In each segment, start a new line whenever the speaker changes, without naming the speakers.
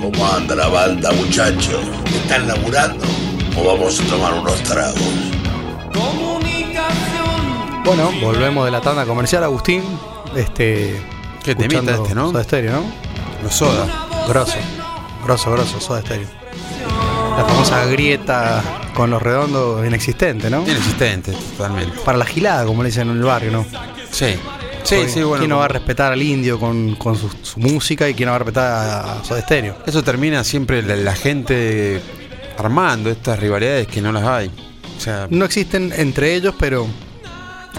¿Cómo anda la banda, muchachos? ¿Están laburando? ¿O vamos a tomar unos tragos?
Bueno, volvemos de la tanda comercial, Agustín. Este.
Qué temita
escuchando
este, ¿no?
Soda Stereo, ¿no?
Los soda.
Grosso. Grosso, grosso, Soda Stereo. La famosa grieta con los redondos inexistente, ¿no?
Inexistente, totalmente.
Para la gilada, como le dicen en el barrio, ¿no?
Sí. Sí, sí, bueno.
¿Quién no va a respetar al indio con, con su, su música y quién no va a respetar a Soda Stereo?
Eso termina siempre la, la gente armando estas rivalidades que no las hay. O sea,
No existen entre ellos, pero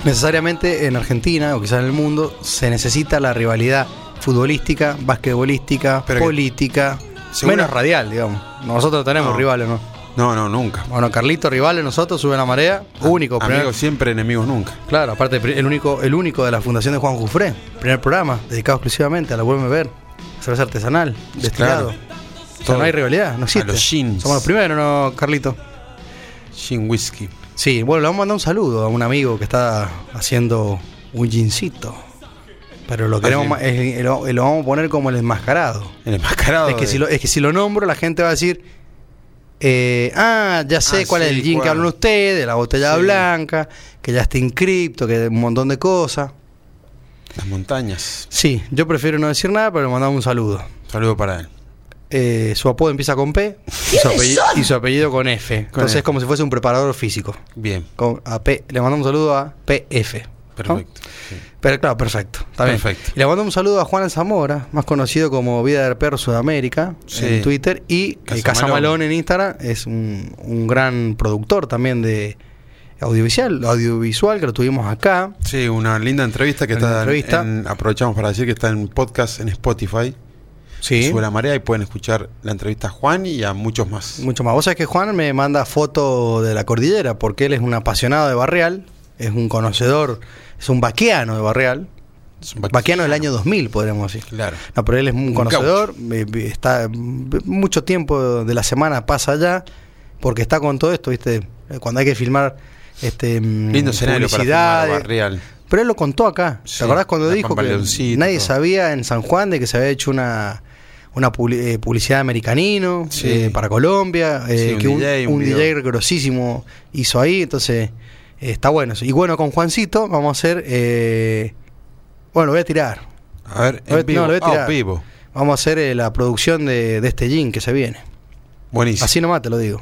necesariamente en Argentina o quizás en el mundo se necesita la rivalidad futbolística, basquetbolística,
Pero que-
política,
Segura-
menos radial, digamos. Nosotros tenemos
No.
rivales, ¿no?
no, no, nunca.
Bueno, Carlito, rivales nosotros, sube la marea, único, primer-
Ah, Amigos siempre, enemigos nunca.
claro, aparte pri- el único, el único de la Fundación de Juan Jufré, primer programa dedicado exclusivamente a la buen beber, cerveza artesanal, destilado.
Claro.
O sea, no hay rivalidad, no existe.
A los jeans.
Somos los primeros, ¿no, Carlito?
Gin whisky.
Sí, bueno, le vamos a mandar un saludo a un amigo que está haciendo un gincito. Pero lo queremos
Ah,
ma-
sí.
es- eh, lo, eh, lo vamos a poner como el enmascarado.
El enmascarado.
Es que,
de-
si lo, es que si lo nombro, la gente va a decir. eh, ah, ya sé
Ah,
cuál es
sí,
el gin que
cuál.
hablan ustedes, de la botella
Sí.
blanca, que ya está en cripto, que un montón de cosas.
Las montañas.
Sí, yo prefiero no decir nada, pero le mandamos un saludo.
Saludo para él.
Eh, su apodo empieza con P y su, apellido, y su apellido con F. Entonces
F.
es como si fuese un preparador físico.
Bien.
Con, a P- le mandamos un saludo a PF. ¿no?
Perfecto. Sí.
Pero claro, perfecto. Está bien.
Perfecto.
Y le mandamos un saludo a Juan Zamora, más conocido como Vida del Perro Sudamérica
Sí.
en Twitter y eh,
Casamalón.
Casamalón en Instagram. Es un, un gran productor también de audiovisual, audiovisual que lo tuvimos acá.
Sí, una linda entrevista que
Una
está
entrevista.
en- aprovechamos para decir que está en podcast en Spotify.
Sí.
Sube la marea y pueden escuchar la entrevista a Juan y a muchos más.
Mucho más. Vos sabés que Juan me manda fotos de la cordillera porque él es un apasionado de Barreal, es un conocedor, es un vaqueano de Barreal.
Es un vaqui-
Vaqueano del año 2000, podríamos decir.
Claro.
No, pero él es un
Un
conocedor, eh, eh, está mm, mucho tiempo de la semana pasa allá, porque está con todo esto, ¿viste? Eh, Cuando hay que filmar este mm, eh.
Lindo escenario para filmar
publicidades.
Barrial.
Pero él lo contó acá.
Sí,
¿Te acordás cuando
la
dijo
Pampa
que
Leoncito,
nadie
todo.
sabía en San Juan de que se había hecho una una publi- eh, publicidad de americanino
Sí.
eh, para Colombia, eh,
Sí, un
que un,
DJ, un
un
video.
DJ grosísimo hizo ahí, entonces eh, está bueno. eso. Y bueno, con Juancito vamos a hacer eh, bueno, lo voy a tirar.
A ver,
Lo voy-
en vivo.
no, lo voy a
Ah,
tirar.
vivo.
Vamos a hacer eh, la producción de, de este gin que se viene.
Buenísimo.
Así nomás te lo digo.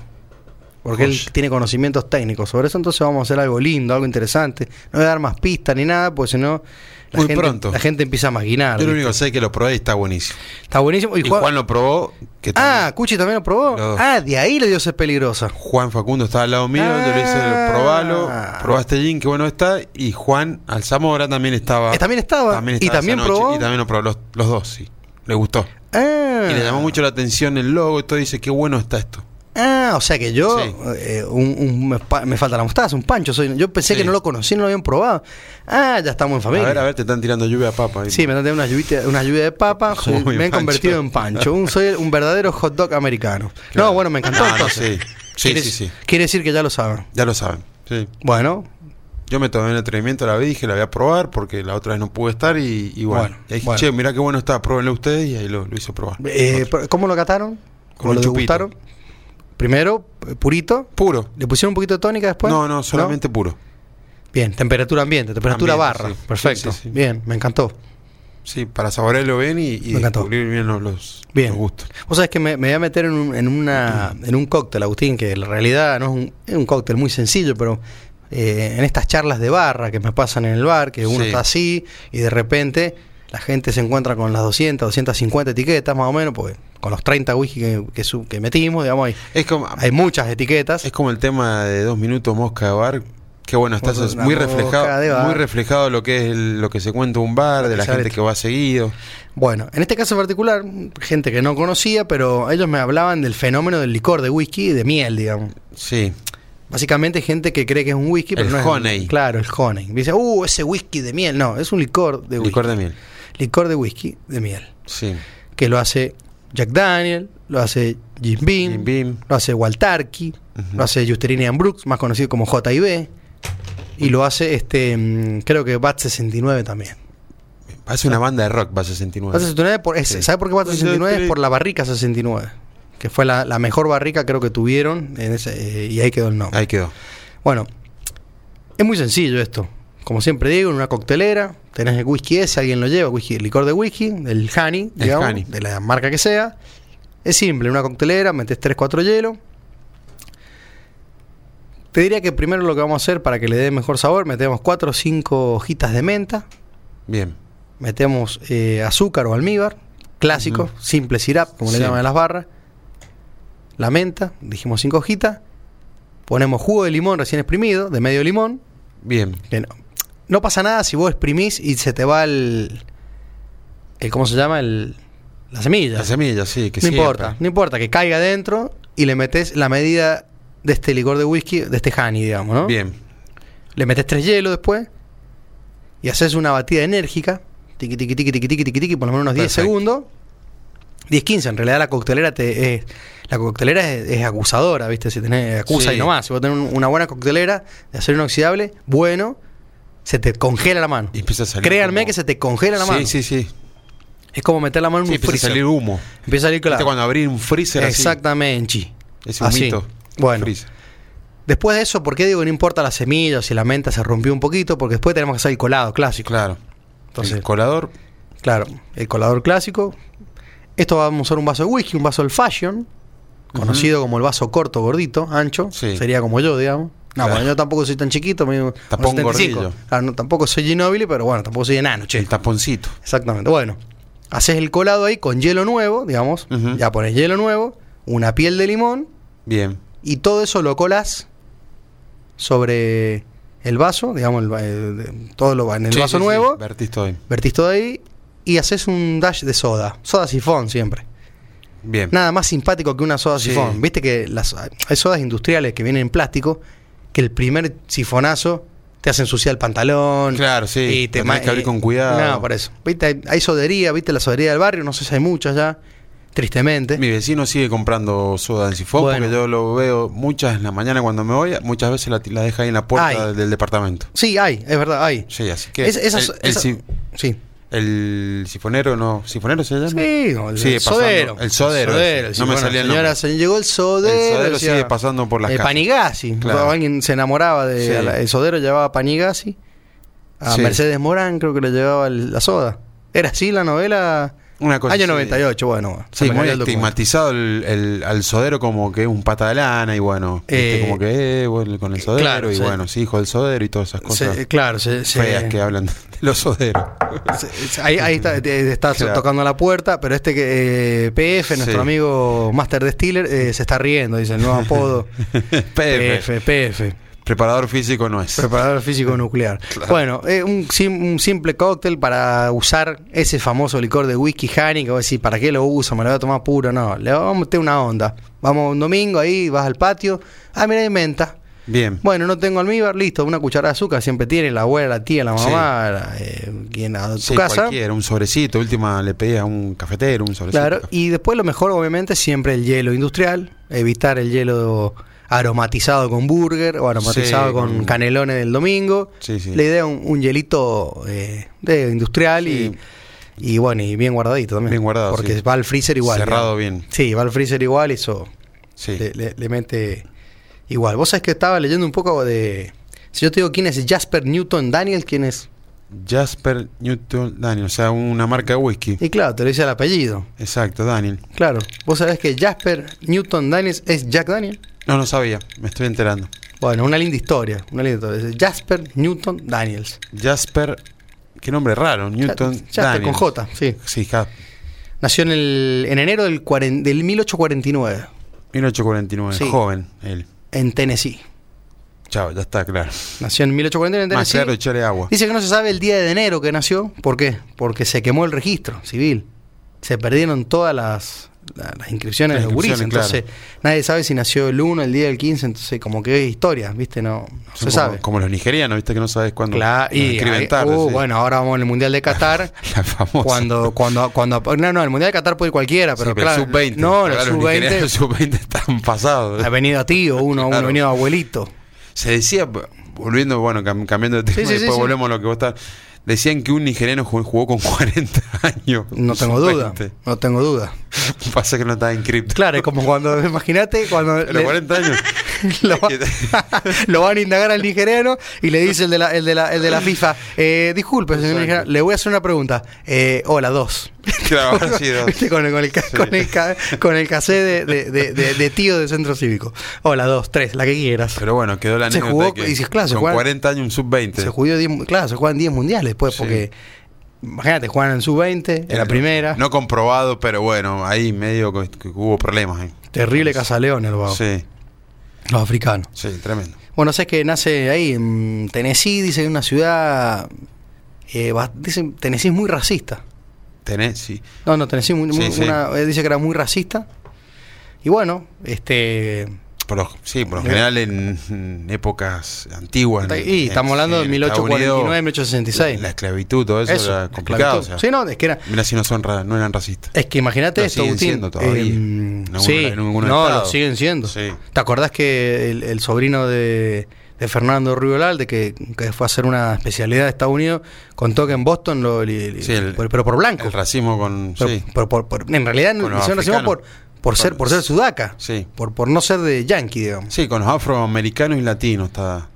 Porque
Joya.
él tiene conocimientos técnicos sobre eso, entonces vamos a hacer algo lindo, algo interesante. No voy a dar más pistas ni nada, porque si no, la,
Muy
gente-
pronto.
la gente empieza a maquinar.
Yo
¿viste?
lo único que sé es que lo probé y está buenísimo.
Está buenísimo. Y
Y
Juan-
Juan lo probó. Que
ah,
también-
Cuchi también lo probó.
Los dos.
Ah, de ahí le dio ser peligrosa.
Juan Facundo estaba al lado mío, yo
Ah.
le hice probalo, probaste gin, que bueno está, y Juan Alzamora también estaba.
Eh, también estaba, y
esa
también
noche,
probó.
Y también lo probó, los, los dos, sí. Le gustó.
Ah,
Y le llamó mucho la atención el logo y todo, dice, qué bueno está esto.
Ah, o sea que yo,
Sí.
eh, un- un- me, pa- me falta la mostaza, un pancho. soy. Yo pensé
Sí.
que no lo conocí, no lo habían probado. Ah, ya estamos en
A
familia.
ver, a ver, te están tirando lluvia a papa. ahí.
Sí, me dan una lluvia, una lluvia de papa, soy-
Uy,
me han
Pancho.
convertido en pancho. Un, soy un verdadero hot dog americano.
Claro.
No, bueno, me encantó
Ah, No, no,
entonces.
sí. Sí,
quiere,
sí, sí.
quiere decir que ya lo saben.
Ya lo saben. Sí.
Bueno,
Yo me tomé el atrevimiento, la vi, dije, la voy a probar porque la otra vez no pude estar y, y bueno.
Bueno,
Y ahí dije,
bueno.
che, mirá qué bueno está, pruébenlo ustedes y ahí lo, lo hizo probar.
eh, ¿cómo lo cataron? ¿Cómo
un
lo
chupito.
degustaron? Primero, eh, purito.
Puro.
¿Le pusieron un poquito de tónica después?
no, no, solamente puro.
Bien, temperatura ambiente, temperatura
Ambiente,
barra.
sí.
Perfecto.
Sí, sí, sí.
Bien, me encantó.
Sí, para saborearlo bien y, y
Me encantó.
descubrir bien los, los,
Bien.
los gustos.
Vos sabés que me, me voy a meter en un, en una, en un cóctel, Agustín, que en realidad no es un, es un cóctel muy sencillo, pero eh, en estas charlas de barra que me pasan en el bar, que uno
Sí.
está así y de repente la gente se encuentra con las 200, 250 etiquetas más o menos, porque con los 30 whisky que, que, su- que metimos, digamos, hay,
Es como,
hay muchas etiquetas.
es como el tema de dos minutos mosca de bar. Qué bueno, está eso es
Una
muy
mosca de
reflejado,
bar.
muy reflejado lo que es el- lo que se cuenta un bar, de la
Exacto.
gente que va seguido.
Bueno, en este caso en particular, gente que no conocía, pero ellos me hablaban del fenómeno del licor de whisky y de miel, digamos.
Sí,
Básicamente gente que cree que es un whisky, pero
El
no
honey.
es. Claro, el honey. Dice, uh, ese whisky de miel. No, es un licor de whisky.
licor de miel.
Licor de whisky de miel.
Sí.
Que lo hace Jack Daniel, lo hace Jim Beam,
Jim Beam.
lo hace Waltarki,
Ujú.
lo hace Justinian Brooks, más conocido como JB. Y lo hace este, mm, creo que Bat 69 también.
Parece una banda de rock, Valle 69.
Pata 69 por, es-
Sí.
¿Sabe por qué Pata
Pues,
69?
eh,
Es por la barrica 69. Que fue la, la mejor barrica creo que tuvieron en ese- eh, y ahí quedó el nombre.
Ahí quedó.
Bueno, es muy sencillo esto. Como siempre digo, en una coctelera tenés el whisky ese, alguien lo lleva, whisky, licor de whisky, el honey,
El
digamos,
honey.
de la marca que sea. Es simple, en una coctelera metes 3, 4 hielo. Te diría que primero lo que vamos a hacer para que le dé mejor sabor, metemos 4 o 5 hojitas de menta,
Bien.
metemos eh, azúcar o almíbar, clásico,
Ujú.
simple sirap, como
Sí.
le llaman en las barras, la menta, dijimos 5 hojitas, ponemos jugo de limón recién exprimido, de medio limón,
Bien.
que no, no pasa nada si vos exprimís y se te va el, el ¿cómo se llama? El, la semilla.
La semilla, sí, que
no
siempre.
importa, no importa, que caiga adentro y le metes la medida de este licor de whisky, de este honey, digamos, ¿no?
Bien.
Le metes tres hielos después y haces una batida enérgica. Tiqui, tiqui, tiqui, tiqui, tiqui, tiqui, tiqui, por lo menos unos 10
Perfecto.
segundos. 10, 15. En realidad la coctelera te es, la coctelera es, es acusadora, ¿viste? Si tenés, acusa
Sí.
y nomás. Si vos tenés un- una buena coctelera de acero inoxidable, bueno, se te congela la mano.
Y empieza a salir.
Créanme
como-
que se te congela la
sí,
mano.
Sí, sí, sí.
Es como meter la mano en un
empieza
freezer.
a salir humo.
Empieza a salir
¿Viste
claro.
cuando abrir un freezer así?
Exactamente.
Ese humito.
Ah, Bueno,
Freezer.
después de eso, ¿por qué digo no importa las semillas si la menta se rompió un poquito? Porque después tenemos que hacer el colado clásico.
Claro.
Entonces,
el colador.
Claro, el colador clásico. Esto vamos a usar un vaso de whisky, un vaso del fashion, conocido como el vaso corto, gordito, ancho.
Sí.
Sería como yo, digamos. No,
Claro.
bueno, yo tampoco soy tan chiquito, medio
Tapón
1,75.
gordillo.
Claro, no, tampoco soy ginóbili, pero bueno, tampoco soy enano, che.
El taponcito.
Exactamente. Bueno, haces el colado ahí con hielo nuevo, digamos.
Ujú.
Ya pones hielo nuevo, una piel de limón
Bien.
y todo eso lo colas sobre el vaso, digamos, el va- el- todo lo va en el
Sí,
vaso
sí, sí,
nuevo
vertís todo ahí.
vertís todo ahí y haces un dash de soda. Soda sifón siempre.
Bien.
Nada más simpático que una soda
Sí.
sifón. Viste que las, hay sodas industriales que vienen en plástico que el primer sifonazo te hace ensuciar el pantalón.
Claro, sí.
Y te
Tenés
ma-
que abrir
eh,
con cuidado.
No, por eso. Viste, hay, hay sodería, viste la sodería del barrio, no sé si hay muchas ya, tristemente.
Mi vecino sigue comprando soda en sifón
Bueno.
porque yo lo veo muchas en la mañana cuando me voy, muchas veces la, la deja ahí en la puerta
Ay.
del departamento.
Sí, hay, es verdad, hay.
Sí, así que
Es- esas-
el, el
esas-
si-
sí.
el sifonero no, sifonero se llama.
Sí, o el,
Sigue
el
pasando.
sodero.
El sodero,
el
no me
sifón.
salía el
Señora,
nombre.
se llegó el sodero.
El sodero
decía,
sigue pasando por las
eh,
casas.
Panigasi.
Claro.
Alguien se enamoraba de.
Sí.
a la- el sodero llevaba Panigasi. A
Sí.
Mercedes Morán, creo que le llevaba el- la soda. Era así la novela.
Una cosa
Año
así.
98, bueno. se
Sí,
me
muy
cayó el documento.
estigmatizado el, el- al sodero como que es un pata de lana y bueno, viste,
Eh,
como que eh, bueno, con el sodero
claro,
y
sí. eh,
bueno, sí, hijo del sodero y todas esas cosas
Se- claro, se, se-
feas que hablan de los soderos.
se- se- ahí, ahí está, te- está
Claro.
tocando la puerta, pero este que eh, PF, nuestro
Sí.
amigo Master Destiller, eh, se está riendo, dice el nuevo apodo. PF,
PF,
PF.
preparador físico no es.
Preparador físico nuclear. Bueno, eh, un, sim- un simple cóctel para usar ese famoso licor de whisky honey, que vos decís, ¿para qué lo uso? Me lo voy a tomar puro. No, le vamos a meter una onda. Vamos un domingo ahí, vas al patio. Ah, mira, hay menta.
Bien.
Bueno, no tengo almíbar, listo, una cucharada de azúcar siempre tiene la abuela, la tía, la
Sí.
mamá, la, eh, quien a tu
Sí,
casa.
cualquiera, un sobrecito, última le pedí a un cafetero, un sobrecito.
Claro, y después lo mejor obviamente siempre el hielo industrial, evitar el hielo aromatizado con burger o aromatizado
Sí,
con
con-
canelones del domingo.
Sí, sí.
La idea es un, un hielito eh, de industrial
Sí.
y, y bueno, y bien guardadito también.
Bien guardado,
Porque
sí.
va al freezer igual.
Cerrado
digamos.
bien.
Sí, va al freezer igual, eso
Sí.
le, le- le mete igual. Vos sabés que estaba leyendo un poco de... Si yo te digo quién es Jasper Newton Daniel, quién es...
Jasper Newton Daniel, o sea, una marca de whisky.
Y claro, te lo dice el apellido.
Exacto, Daniel.
Claro, vos sabés que Jasper Newton Daniels es Jack Daniel.
No, no sabía, me estoy enterando.
Bueno, una linda historia, una linda historia. Es Jasper Newton Daniels.
Jasper, qué nombre raro, Newton
Ja- Jasper
Daniel.
con J, sí.
Sí, ja-
Nació en, el, en enero del, cuaren- del 1849
1849,
Sí.
joven él.
en Tennessee.
Chao, ya está claro.
Nació en 1849 en
Más
Tennessee.
claro, echarle agua.
Dice que no se sabe el día de enero que nació. ¿Por qué? Porque se quemó el registro civil. Se perdieron todas las, la- las inscripciones
Las
de los gurises.
inscripciones,
Entonces, nadie sabe si nació el 1, el día del 15. Entonces, como que es historia, ¿viste? No, no se
Son como,
sabe.
como los nigerianos, viste que no sabes cuándo.
Claro,
nos
y
escriben
ahí-
tarde,
uh,
sí.
bueno, ahora vamos al Mundial de Qatar.
La famosa.
Cuando, cuando, cuando, no, no, el Mundial de Qatar puede ir cualquiera,
Sí,
pero,
pero
claro.
el sub-20.
No,
claro,
el
los nigerianos
sub-20
sub-20 están pasados.
ha venido a tío, uno, uno
Claro.
ha venido a abuelito.
Se decía, volviendo, bueno, cam- cambiando de tema,
Sí, sí, sí,
después
sí.
volvemos a lo que vos estás. Decían que un nigeriano jugó, jugó con 40 años.
No tengo duda.
20.
No tengo duda.
Pasa que no estaba en cripto.
Claro, es como cuando, imagínate, cuando
Pero
le-
40 años.
lo,
Es que-
lo van a indagar al nigeriano y le dice el de la, el de la, el de la FIFA, eh, disculpe, señor
Exacto.
nigeriano, le voy a hacer una pregunta. Eh, hola, dos.
Claro, ahora sí, dos.
¿Viste? Con, el- con el, ca-
Sí.
con el, ca- con el casé de, de- de- de- de tío de centro cívico. Hola, dos, tres, la que quieras.
Pero bueno, quedó la
Se
anécdota
jugó-
de que
y si- claro, se
con
jugaron-
40 años un sub-20.
Se jugó 10, mu- claro, se juegan 10 mundiales después,
Sí. Eh,
porque imagínate, juegan en sub-20, en la primera.
No comprobado, pero bueno, ahí medio que, que hubo problemas. ahí.
Terrible Casaleón el vago.
Sí,
Los africanos.
sí, tremendo.
Bueno, sabes que nace ahí en Tennessee, dice una ciudad. eh, ba- dicen Tennessee es muy racista.
Tenés, sí.
No, no, Tennessee muy-
Sí,
muy-
sí.
una- eh, dice que era muy racista. Y bueno, este.
Por lo, sí, por lo
Le-
general en, en épocas antiguas. en-
y estamos
en-
hablando de
en eh, Estados
1849,
Unidos,
1866.
La, esclavitud, todo eso,
Eso,
era complicado.
esclavitud.
o sea.
Sí, no, es que era.
Mirá si no, son, ra- no eran racistas.
Es que imagínate
Lo
esto,
siguen
Agustín.
siendo todavía.
Em,
En algún-
sí,
en algún
no,
estado.
lo siguen siendo.
Sí.
¿Te acordás que el, el sobrino de, de Fernando Riolal, de que, que fue a hacer una especialidad de Estados Unidos, contó que en Boston, lo, li- li-
Sí, el-
pero, pero por blanco.
El racismo con.
Pero-
sí,
pero por- por- en realidad
Con los
hicieron racismo por,
africanos.
por ser, por ser sudaca.
Sí.
Por, por no ser de yankee, digamos.
Sí, con los afroamericanos y latinos está.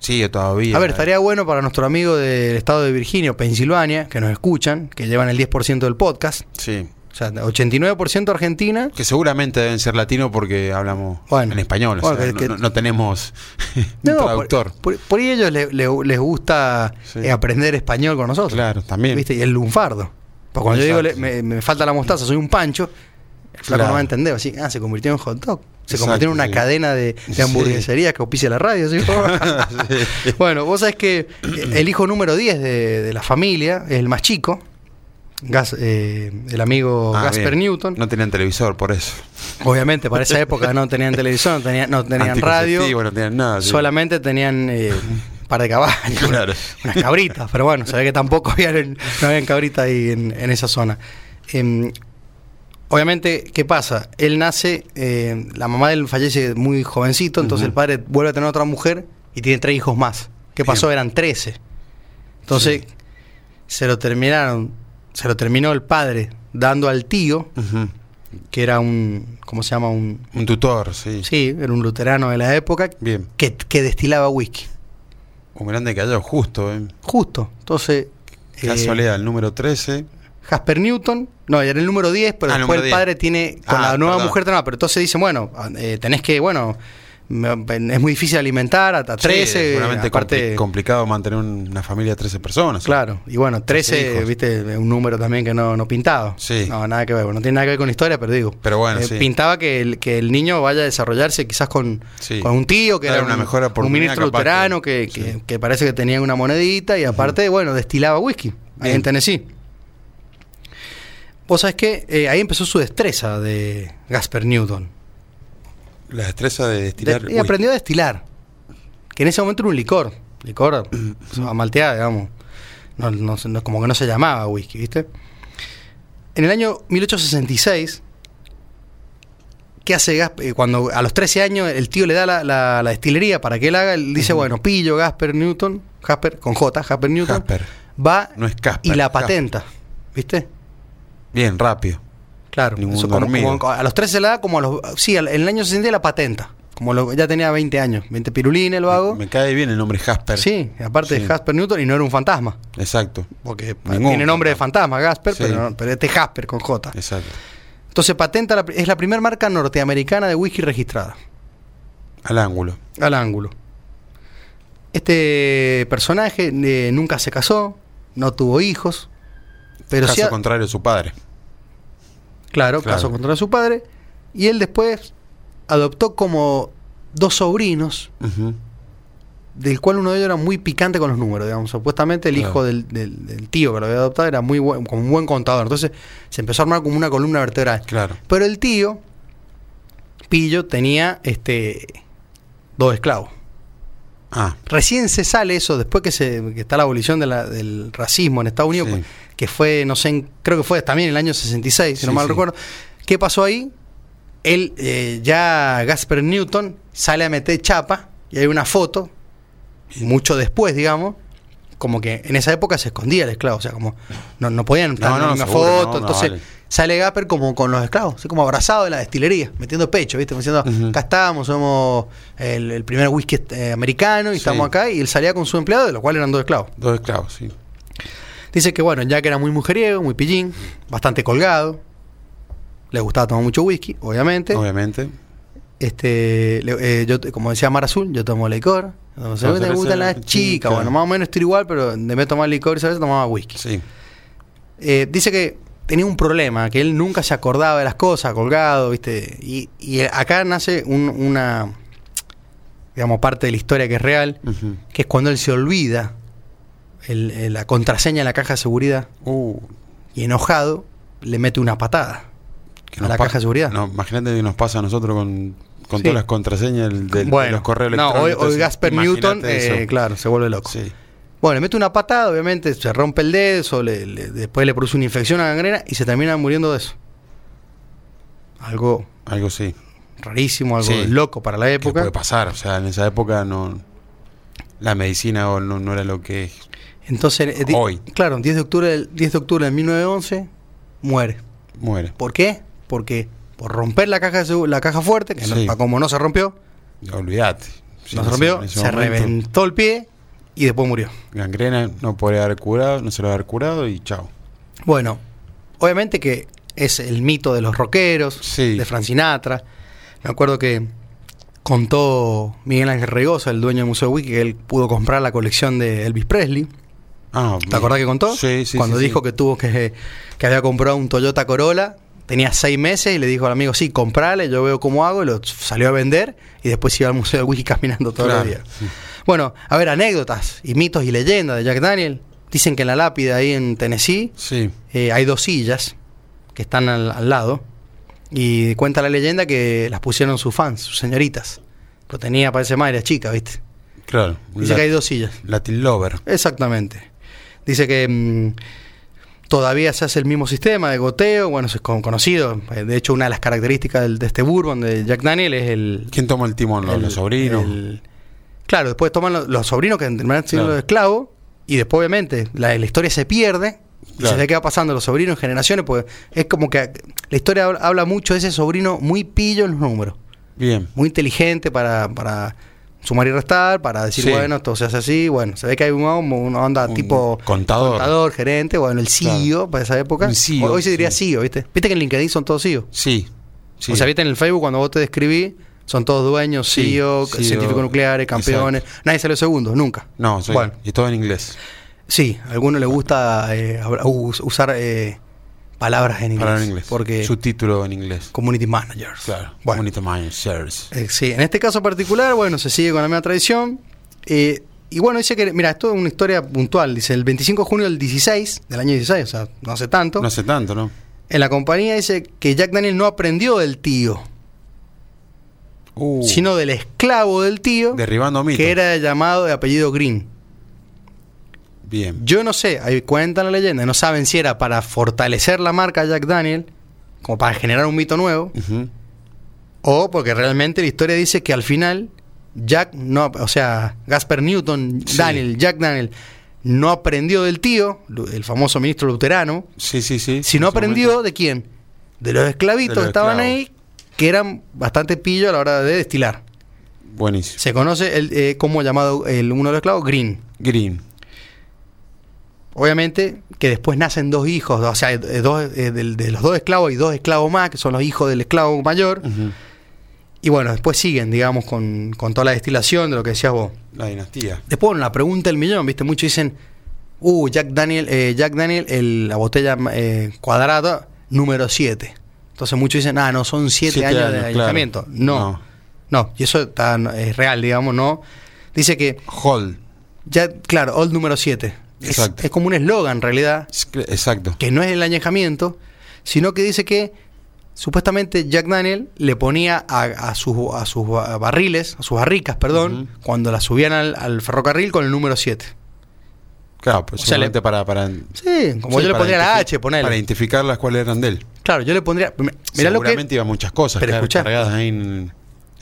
Sí, todavía.
A ver, estaría bueno para nuestro amigo del estado de Virginia, o Pensilvania, que nos escuchan, que llevan el 10% del podcast.
Sí.
O sea, 89% Argentina.
Que seguramente deben ser latinos porque hablamos
Bueno.
en español. o
Bueno,
sea,
que- que-
no, no tenemos un
No, por-
traductor.
Por, por ahí ellos le- le- les gusta
Sí.
eh, aprender español con nosotros.
Claro, también. Ah,
¿Viste? Y el lunfardo. Porque cuando yo digo,
Exacto.
le- me, me falta la mostaza, soy un pancho, el flaco
Claro.
no va a entender. Así, ah, se convirtió en hot dog. Se
Exacto,
convirtió en una
sí.
cadena de, de
Sí.
hamburgueserías que auspicia la radio. ¿sí?
Sí.
bueno, vos sabés que eh, el hijo número 10 de, de la familia, el más chico, Gas- eh, el amigo
Ah,
Gasper
bien.
Newton.
No tenían televisor, por eso.
Obviamente, para esa época no tenían televisión, no tenían, no tenían radio.
Anticonceptivo, No tenían nada. Ah, sí.
Solamente tenían eh, un par de caballos,
Claro.
unas cabritas, pero bueno, se ve que tampoco habían, no habían cabritas ahí en, en esa zona. Em, obviamente, ¿qué pasa? Él nace, eh, la mamá de él fallece muy jovencito, entonces
Ujú.
el padre vuelve a tener otra mujer y tiene tres hijos más. ¿Qué pasó?
Bien.
Eran trece. Entonces, se lo terminaron, se lo terminó el padre dando al tío,
Ujú.
que era un, ¿cómo se llama? Un,
Un tutor, sí.
sí, era un luterano de la época,
Bien.
que, que destilaba whisky.
Un grande callado, justo. ¿eh?
Justo. Entonces. eh,
Casualidad, el número 13.
Jasper Newton. No, era el número 10, pero
Ah, el
después el
número 10.
padre tiene. Con
Ah,
la nueva
perdón.
mujer no, pero entonces dicen, bueno, eh, tenés que, bueno. me- Es muy difícil alimentar hasta 13.
Sí, seguramente
aparte,
compli- complicado mantener un- una familia de 13 personas.
claro, y bueno, 13,
hijos.
viste, un número también que no, no pintaba.
Sí.
No, nada que ver, no tiene nada que ver con la historia, pero digo. eh,
Pero bueno, sí.
Pintaba que el, que el niño vaya a desarrollarse quizás con,
Sí.
con un tío que
Dar
era
una
un,
mejor
un
oportunidad,
ministro
capaz
luterano que,
que-
que-
sí.
que parece que tenía una monedita y aparte, bueno, destilaba whisky ahí
Bien.
en Tennessee. Vos sabés que eh, ahí empezó su destreza de Gasper Newton.
La destreza de
De-
destilar.
y
uy,
aprendió a destilar. Que en ese momento era un licor. Licor o sea, malteada, digamos. No, no se- no- como que no se llamaba whisky, ¿viste? En el año 1866, ¿qué hace Gasper? Eh, Cuando a los 13 años el tío le da la, la- la destilería para que él haga, él dice, bueno, pillo Gasper Newton, Gasper, con J, Gasper Newton,
Jasper.
va
No es Casper,
y la
Jasper.
patenta, ¿viste?
Bien, rápido.
Claro,
Ningún
eso como-
dormido.
como a los 13 la da como a los. Sí, al- en el año 60 la patenta. Como lo- ya tenía 20 años, 20 pirulines el vago.
Me cae bien el nombre Jasper.
sí, aparte
Sí.
de Jasper Newton y no era un fantasma.
Exacto,
Porque
Ningún
tiene nombre de fantasma Gasper,
Sí.
pero, no- pero este es Jasper con J.
exacto.
Entonces patenta la- es la primera marca norteamericana de whisky registrada.
Al ángulo.
Al ángulo. Este personaje eh, nunca se casó, no tuvo hijos. Pero
Caso
sí ha-
contrario a su padre.
Claro,
Claro.
casó contra su padre. Y él después adoptó como dos sobrinos,
Ujú.
del cual uno de ellos era muy picante con los números, digamos. Supuestamente el
Claro.
hijo del, del- del tío que lo había adoptado era muy buen, como un buen contador. Entonces se empezó a armar como una columna vertebral.
Claro.
Pero el tío, Pillo, tenía este dos esclavos.
Ah,
Recién se sale eso, después que, se, que está la abolición de la- del racismo en Estados Unidos,
Sí.
que fue, no sé, en- creo que fue también en el año 66, si no
Sí,
mal
sí.
recuerdo. ¿Qué pasó ahí? Él, eh, ya Gasper Newton, sale a meter chapa y hay una foto, mucho después, digamos, como que en esa época se escondía el esclavo, o sea, como no, no podían estar
no,
en una
seguro,
foto,
no, no,
entonces
vale.
sale Gapper como con los esclavos, así como abrazado de la destilería, metiendo pecho, ¿viste? Como diciendo,
Ujú.
acá estamos, somos el, el primer whisky eh, americano y
Sí.
estamos acá, y él salía con su empleado, de lo cual eran dos esclavos.
Dos esclavos, sí.
Dice que bueno, Jack era muy mujeriego, muy pillín, bastante colgado. Le gustaba tomar mucho whisky, obviamente.
Obviamente.
Este, le- eh, yo, te- como decía Mar Azul, yo tomo licor. No sé,
No,
me
Ah, cerveza
gustan las
chica.
chicas. Bueno, más o menos estoy igual, pero en vez de tomar licor y cerveza, tomaba whisky.
Sí.
Eh, dice que tenía un problema, que él nunca se acordaba de las cosas, colgado, ¿viste? Y, y acá nace un- una, digamos, parte de la historia que es real,
Ujú.
que es cuando él se olvida el- el- la contraseña de la caja de seguridad
Uh,
y enojado le mete una patada.
que
A
nos
la
pa-
caja de seguridad.
No, imagínate que nos pasa a nosotros con, con
Sí.
todas las contraseñas del, del- de los correos
no,
electrónicos.
hoy, hoy
sí.
Gasper
Imagínate
Newton,
eso.
eh, claro, se vuelve loco.
Sí.
Bueno, le mete una patada, obviamente se rompe el dedo, eso le- le- después le produce una infección a gangrena y se termina muriendo de eso. Algo
Algo sí.
rarísimo, algo
Sí.
loco para la
¿Qué puede
época.
pasar? O sea, en esa época no. La medicina o no, no era lo que es.
Entonces, eh, di-
Hoy.
claro, 10 de octubre del 10 de octubre de 1911 muere.
Muere.
¿Por qué? Porque por romper la caja de segu- la caja fuerte, que no-
Sí.
pa- como no se rompió,
Olvídate. Sí,
no
en
se
ese-
rompió,
en ese
se
momento,
reventó el pie y después murió.
Gangrena no podría haber curado, no se lo haber curado y chao.
Bueno, obviamente que es el mito de los rockeros,
Sí.
de Francinatra. Me acuerdo que contó Miguel Ángel Regosa, el dueño del Museo Wiki, que él pudo comprar la colección de Elvis Presley.
Ah,
¿Te acordás que contó?
Sí, sí.
Cuando
sí,
dijo
sí.
que tuvo que, que había comprado un Toyota Corolla, tenía seis meses y le dijo al amigo, sí, comprale, yo veo cómo hago, y lo salió a vender y después iba al Museo del Wiki caminando todos
Claro.
los días. Bueno, a ver, anécdotas y mitos y leyendas de Jack Daniel. Dicen que en la lápida ahí en Tennessee
Sí.
eh, hay dos sillas que están al, al lado. Y cuenta la leyenda que las pusieron sus fans, sus señoritas. Lo tenía, parece más, era chica, ¿viste?
Claro.
Dice que hay dos sillas.
Latin Lover.
Exactamente. Dice que mm, todavía se hace el mismo sistema de goteo. Bueno, eso es con- conocido. Eh, De hecho, una de las características del- de este bourbon de Jack Daniel es el.
¿Quién toma el timón? ¿Los,
el-
los sobrinos?
el- claro, después toman lo- los, sobrinos que terminan siendo
Claro.
los esclavos. Y después, obviamente, la, la historia se pierde. Y
Claro.
se ve que va pasando los sobrinos, generaciones, pues es como que la historia habla, habla mucho de ese sobrino muy pillo en los números,
Bien.
muy inteligente para, para sumar y restar, para decir,
Sí.
bueno, esto se hace así, bueno, se ve que hay un- una onda
Un
tipo
contador.
contador, gerente, bueno, el CEO para esa época.
Un CEO,
Hoy se diría
sí.
CEO, ¿viste? Viste que en LinkedIn son todos CEO.
Sí. sí.
O sea, viste en el Facebook cuando vos te describís, son todos dueños,
Sí,
CEO,
CEO,
científicos nucleares, campeones. Nadie salió segundo, nunca.
No, soy,
Bueno.
y todo en inglés.
Sí, a alguno le gusta eh, habra- us- usar eh, palabras en inglés.
Para en inglés.
Porque
Subtítulo en inglés.
community managers.
Claro.
Bueno,
Bonito Mind Shares.
eh, sí, en este caso particular, bueno, se sigue con la misma tradición. eh, y bueno, dice que, mira, esto es una historia puntual. Dice, el 25 de junio del 16, del año 16, o sea, no hace tanto.
No hace tanto, ¿no?
En la compañía dice que Jack Daniel no aprendió del tío,
Uh,
sino del esclavo del tío,
derribando mitos.
que era llamado de apellido Green.
Bien.
Yo no sé, ahí cuentan la leyenda, no saben si era para fortalecer la marca Jack Daniel, como para generar un mito nuevo,
Ujú.
o porque realmente la historia dice que al final Jack no, o sea, Gasper Newton,
Sí.
Daniel, Jack Daniel no aprendió del tío, lu- el famoso ministro luterano,
Sí, sí, sí.
sino
En su
aprendió
momento.
de quién? De los esclavitos
De los
que estaban
esclavos.
ahí que eran bastante pillos a la hora de destilar.
Buenísimo.
Se conoce el, eh, como llamado el, uno de los esclavos Green.
Green.
Obviamente que después nacen dos hijos, o sea, eh, dos, eh, del- de, los dos esclavos y dos esclavos más, que son los hijos del esclavo mayor.
Ujú.
Y bueno, después siguen, digamos, con, con toda la destilación de lo que decías vos.
La dinastía.
Después, bueno, la pregunta del millón, ¿viste? Muchos dicen, uh, Jack Daniel, eh, Jack Daniel, el- la botella eh, cuadrada, número 7. Entonces muchos dicen, ah, no, son 7
Siete
años, de
años, claro.
alejamiento. No,
No.
no, y eso está- es real, digamos, ¿no? Dice que,
Hall.
ya, claro, old número 7. Es,
Exacto.
es como un eslogan, en realidad
Es que- Exacto.
que no es el añejamiento, sino que dice que supuestamente Jack Daniel le ponía a, a sus, a sus ba- barriles, a sus barricas, perdón, cuando las subían al, al ferrocarril con el número 7.
Claro, pues
O sea, le-
solamente para, para.
Sí, como
sí,
yo le
para
pondría la
identifi-
H, ponele.
Para identificar las cuales eran de él.
Claro, yo le pondría. mi- Mirá lo
Seguramente
que.
iba muchas cosas
Pero
car-
escuchá.
cargadas ahí en,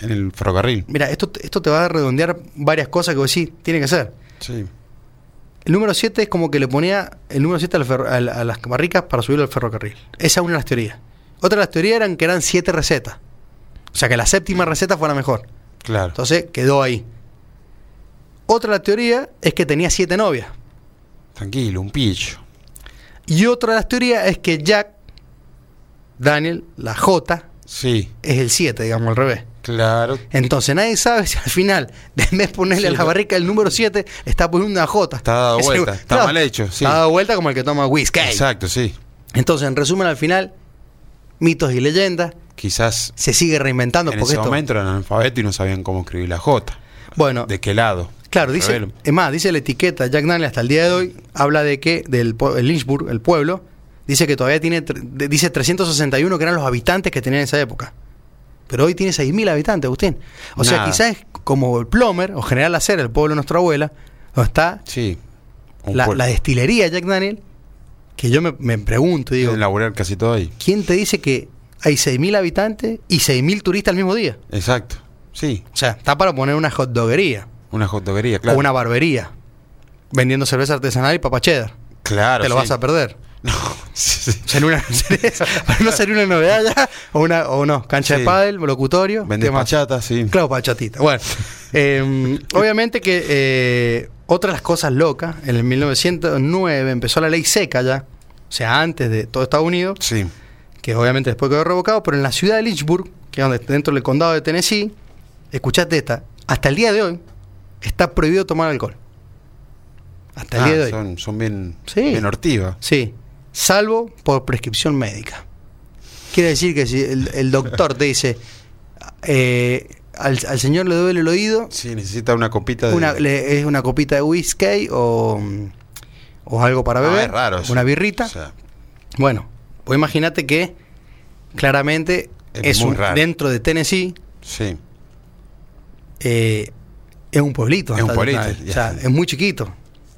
en el ferrocarril.
Mira, esto, esto te va a redondear varias cosas que vos decís, tiene que ser.
Sí.
El número 7 es como que le ponía el número 7 a las barricas para subirlo al ferrocarril. Esa es una de las teorías. Otra de las teorías eran que eran 7 recetas. O sea, que la séptima receta fue la mejor.
Claro.
Entonces quedó ahí. Otra de las teorías es que tenía 7 novias.
Tranquilo, un pillo.
Y otra de las teorías es que Jack, Daniel, la J,
Sí,
es el 7, digamos, al revés.
claro.
Entonces nadie sabe si al final, en vez de ponerle
Sí,
a la
no.
barrica el número 7, está poniendo una J.
Está dado
Es el-
vuelta, está mal hecho, sí.
Está dado vuelta como el que toma whisky.
Exacto, sí.
Entonces, en resumen, al final, mitos y leyendas
Quizás
se sigue reinventando.
en
porque
ese
esto,
momento eran analfabetos y no sabían cómo escribir la J.
bueno,
¿De qué lado?
Ah. claro,
Al
dice,
revés.
es más, dice la etiqueta Jack Daniel hasta el día de hoy, habla de que del pue- el Lynchburg, el pueblo, dice que todavía tiene, tre- de- dice 361 que eran los habitantes que tenían en esa época. Pero hoy tiene 6.000 habitantes, Agustín. O sea,
Nada.
quizás es como el Plomer o General Acera, el pueblo de nuestra abuela, donde está
Sí. Un
la,
pueblo.
la destilería Jack Daniel, que yo me, me pregunto, digo,
Deben laburar casi todo ahí.
¿quién te dice que hay 6.000 habitantes y 6.000 turistas al mismo día?
Exacto. Sí,
O sea, está para poner una hot doguería
una jotoguería, claro.
o una barbería vendiendo cerveza artesanal y papa cheddar.
Claro,
Te lo
sí.
vas a perder.
No, sí, sí.
Sería una, para no sería una novedad ya, o, una, o no, cancha
Sí.
de pádel, locutorio.
Vendés
tema-
pachata, sí.
Claro, pachatita. Bueno, eh, obviamente que eh, otra de las cosas locas, en el 1909 empezó la ley seca ya, o sea, antes de todo Estados Unidos,
Sí.
que obviamente después quedó revocado, pero en la ciudad de Lynchburg, que es donde dentro del condado de Tennessee, escuchate esta, hasta el día de hoy está prohibido tomar alcohol. Hasta el
Ah,
día de hoy.
son, son bien,
Sí.
bien hortivas.
Sí, salvo por prescripción médica. Quiere decir que si el, el doctor te dice, eh, al, al señor le duele el oído,
Sí, necesita una copita de.
una- le- es una copita de whisky o, o algo para
Ah,
beber,
es raro eso.
una birrita.
O sea,
Bueno, pues imagínate que claramente
Es
es,
muy
un-
raro.
dentro de Tennessee
sí.
eh, es un pueblito.
Es un
hasta-
pueblito,
o sea,
ya.
es muy chiquito.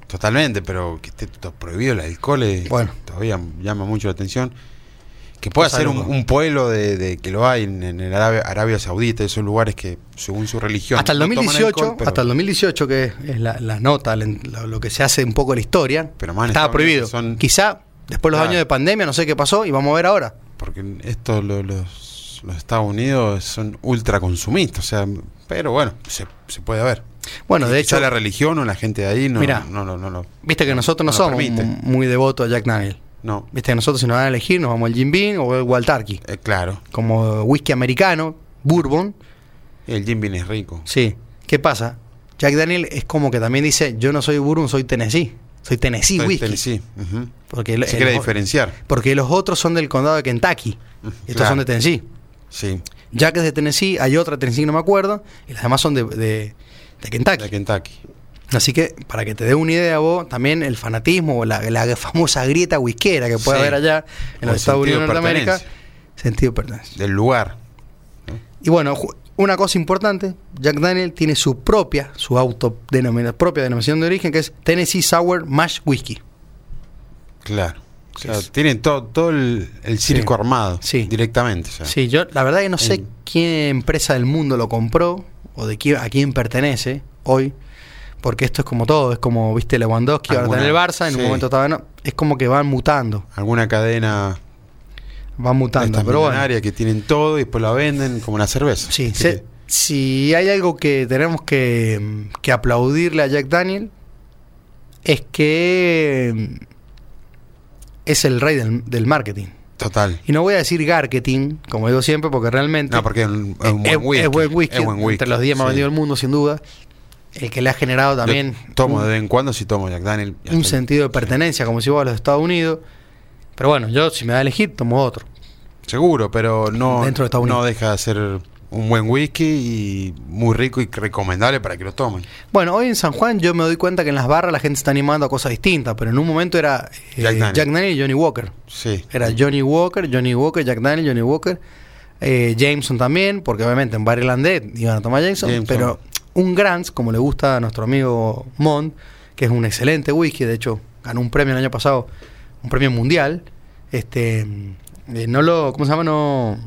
Totalmente, pero que esté to- prohibido el alcohol es-
Bueno.
todavía llama mucho la atención. Que pueda
Cosa
ser un,
loca.
un pueblo de, de- que lo hay en, en el Arabia, Arabia Saudita, esos lugares que según su religión.
Hasta el
no toman
2018,
alcohol, pero-
hasta el 2018 que es- es la, la nota, la- lo, lo que se hace un poco de la historia,
Pero, man,
estaba
Estados Unidos
prohibido.
son-
Quizá después de los
Claro.
años de pandemia, no sé qué pasó y vamos a ver ahora.
Porque esto, lo- los, los Estados Unidos son ultra consumistas, o sea, pero bueno, se, se puede ver.
Bueno, de
Quizá
hecho,
la religión o la gente de ahí no,
Mirá.
no, no, no, no,
viste que nosotros no,
No
somos
permite.
mu- muy devotos a Jack Daniel.
no.
Viste que nosotros si nos van a elegir nos vamos al Jim Beam o al Waltarki,
Eh, claro,
como whisky americano, bourbon,
el Jim Beam es rico.
Sí. ¿Qué pasa? Jack Daniel es como que también dice, yo no soy Bourbon, soy Tennessee. Soy Tennessee
Entonces,
whisky.
Tennessee, ujú.
Porque, el-
Se quiere
el-
diferenciar,
porque los otros son del condado de Kentucky.
Mm,
Estos
claro.
son de Tennessee.
sí,
Jack es de Tennessee, hay otra de Tennessee, no me acuerdo. Y las demás son de, de- de Kentucky.
de Kentucky.
Así que, para que te dé una idea vos, también el fanatismo, o la, la famosa grieta whiskera que puede
Sí.
haber allá
O
en los
el
Estados
sentido
Unidos de
de
Norteamérica.
pertenencia.
Sentido de pertenencia.
del lugar.
Y bueno, ju- una cosa importante, Jack Daniel tiene su propia, su autodenomina- propia denominación de origen, que es Tennessee Sour Mash Whiskey.
Claro. O sea,
Es-
tienen todo, todo el, el circo
Sí.
armado
Sí.
directamente. o sea.
Sí, yo la verdad que no sé
Ah. En-
qué empresa del mundo lo compró o de quién, a quién pertenece hoy, porque esto es como todo, es como, viste, Lewandowski, ahora está en el
Alguna-
Barça, en un
sí.
momento estaba en... Es como que van mutando,
Alguna cadena
van
de
mutando,
estas
pero bueno.
millonarias que tienen todo y después la venden como la cerveza.
Sí,
Así
se-
que,
si hay algo que tenemos que, mm, que aplaudirle a Jack Daniel, es que mm, es el rey del, del marketing.
total.
Y no voy a decir marketing, como digo siempre, porque realmente
No, porque es un, es
es,
un buen whisky.
es buen whisky,
es buen whisky,
entre los 10 más
sí.
vendidos del mundo, sin duda. El que le ha generado
Yo
también
tomo
un-
de vez en cuando, si tomo Jack Daniel. y
un
hasta-
sentido de pertenencia, como si vos a los Estados Unidos. Pero bueno, yo si me da a elegir, tomo otro.
Seguro, pero no,
Dentro de Estados
no
Unidos.
deja de ser un buen whisky y muy rico y recomendable para que lo tomen.
Bueno, hoy en San Juan yo me doy cuenta que en las barras la gente se está animando a cosas distintas, pero en un momento era eh,
Jack
Jack,
Daniel.
Daniel. y Johnny Walker.
Sí.
Era Johnny Walker, Johnny Walker, Jack Daniel, Johnny Walker, eh, Jameson también, porque obviamente en Bar Irlandés iban a tomar Jameson,
Jameson.
pero un Grants, como le gusta a nuestro amigo Mond, que es un excelente whisky, de hecho ganó un premio el año pasado, un premio mundial, este, eh, no lo, ¿cómo se llama? No...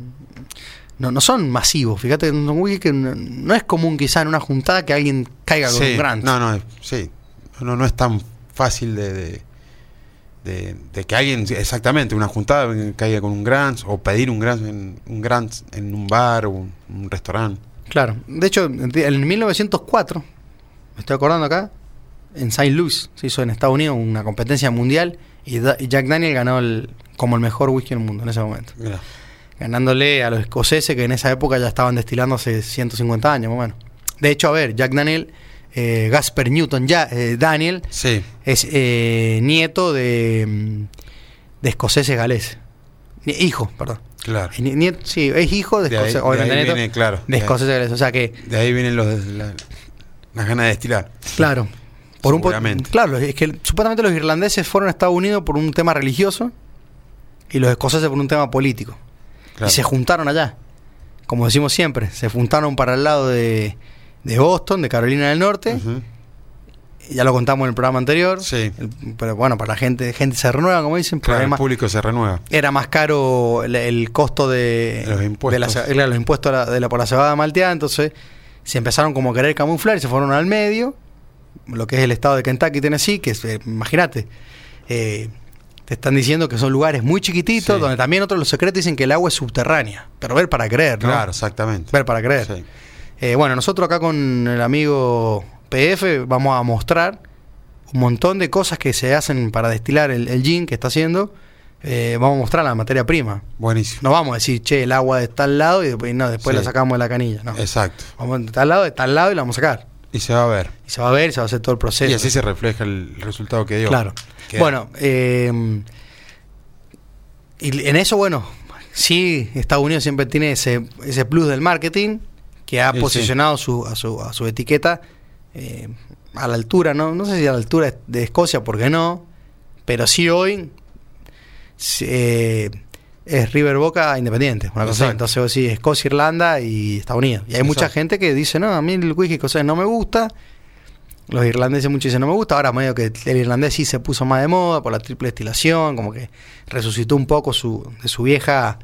No, no son masivos, fíjate, que un whisky que no, no es común quizá en una juntada que alguien caiga con
Sí.
un Grant.
No, no, es- sí. No, no es tan fácil de, de, de- de que alguien, exactamente, una juntada caiga con un Grants o pedir un Grants en un, Grants en un bar o un, un restaurante.
Claro. De hecho, en 1904, me estoy acordando acá, en St. Louis se hizo en Estados Unidos una competencia mundial y, Da- y Jack Daniel ganó el- como el mejor whisky del mundo en ese momento.
Mirá.
Ganándole a los escoceses que en esa época ya estaban destilando hace 150 años, más o menos. De hecho, a ver, Jack Daniel, eh, Gasper Newton ya, eh, Daniel,
Sí,
es eh, nieto de, mm, de escoceses galeses. Ni- Hijo, perdón.
claro.
Ni- nieto- sí, es hijo de,
De ahí-
escoceses,
de
obviamente
ahí
nieto
viene, claro.
de escoceses galeses. O sea que
De ahí vienen los, de- la- las ganas de destilar.
Claro. Por un po-
Seguramente.
claro, es que supuestamente los irlandeses fueron a Estados Unidos por un tema religioso y los escoceses por un tema político.
Claro.
Y se juntaron allá. Como decimos siempre, se juntaron para el lado de, de Boston, de Carolina del Norte.
Ujú.
Ya lo contamos en el programa anterior.
Sí.
El- pero bueno, para la gente, gente se renueva, como dicen. pero
Claro, el
además
público se renueva.
era más caro el, el costo de,
De los impuestos.
de la ce- claro, los impuestos a la- de la, por la cebada malteada. Entonces se empezaron como a querer camuflar y se fueron al medio, lo que es el estado de Kentucky y Tennessee, que es, eh, imagínate, eh, te están diciendo que son lugares muy chiquititos,
Sí.
donde también otros los secretos dicen que el agua es subterránea. Pero ver para creer, ¿no?
Claro, exactamente.
Ver para creer.
Sí.
Eh, bueno, nosotros acá con el amigo PF vamos a mostrar un montón de cosas que se hacen para destilar el, el gin que está haciendo. Eh, vamos a mostrar la materia prima.
Buenísimo.
No vamos a decir, che, el agua de tal lado y después, no, después
Sí.
la sacamos de la canilla. No.
Exacto.
Vamos de tal lado, de tal lado y la vamos a sacar.
Y se va a ver.
Y se va a ver, se va a hacer todo el proceso.
y así se refleja el resultado que dio.
Claro.
Que-
Bueno, eh, y en eso, bueno, sí, Estados Unidos siempre tiene ese, ese plus del marketing que ha
Sí,
posicionado Su, a, su, a su etiqueta eh, a la altura, ¿no? No sé si a la altura de Escocia, porque no, pero sí hoy sí, eh, es River Boca Independiente. Una cosa, así.
Exacto.
entonces vos decís Escocia, Irlanda y Estados Unidos. Y hay mucha
Exacto.
gente que dice, no, a mí el whisky escocés no me gusta. Los irlandeses mucho dicen no me gusta. Ahora medio que el irlandés sí se puso más de moda por la triple destilación, como que resucitó un poco su, de su vieja.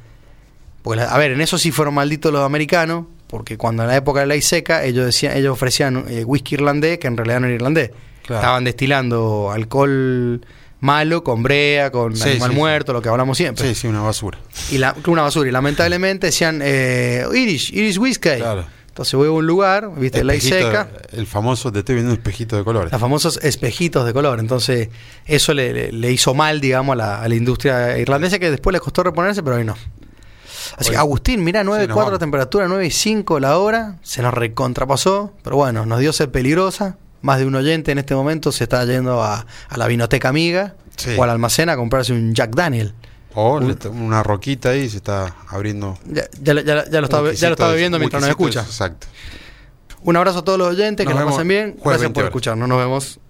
Porque la- a ver, en eso sí fueron malditos los americanos, porque cuando en la época de la ley seca, ellos decían, ellos ofrecían eh, whisky irlandés, que en realidad no era irlandés.
Claro.
Estaban destilando alcohol malo, con brea, con
Sí,
animal
sí, sí.
muerto, lo que hablamos siempre.
Sí, sí, una basura.
Y la, una basura. Y lamentablemente decían eh, Irish, Irish whiskey.
Claro.
Entonces voy a un lugar, viste, ley
Espejito,
seca.
El famoso, te estoy viendo un espejito de colores.
Los famosos espejitos de color. Entonces, eso le, le- le hizo mal, digamos, a la, a la industria irlandesa, que después le costó reponerse, pero hoy no. Así que,
Bueno.
Agustín, mirá, 9.4
Sí, nos vamos.
la temperatura, 9.5 la hora, se nos recontrapasó, pero bueno, nos dio ser peligrosa. Más de un oyente en este momento se está yendo a, a la vinoteca amiga
Sí.
o al almacén a comprarse un Jack Daniel.
O le to- una roquita ahí se está abriendo.
Ya, ya lo- ya lo- ya lo está,
un
be- ya lo está
quesito de-
bebiendo
un
mientras nos
quesito de-
escucha.
Exacto.
Un abrazo a todos los oyentes,
Nos
que la
vemos
pasen bien.
jueves
Gracias por
20 horas.
escucharnos, nos vemos.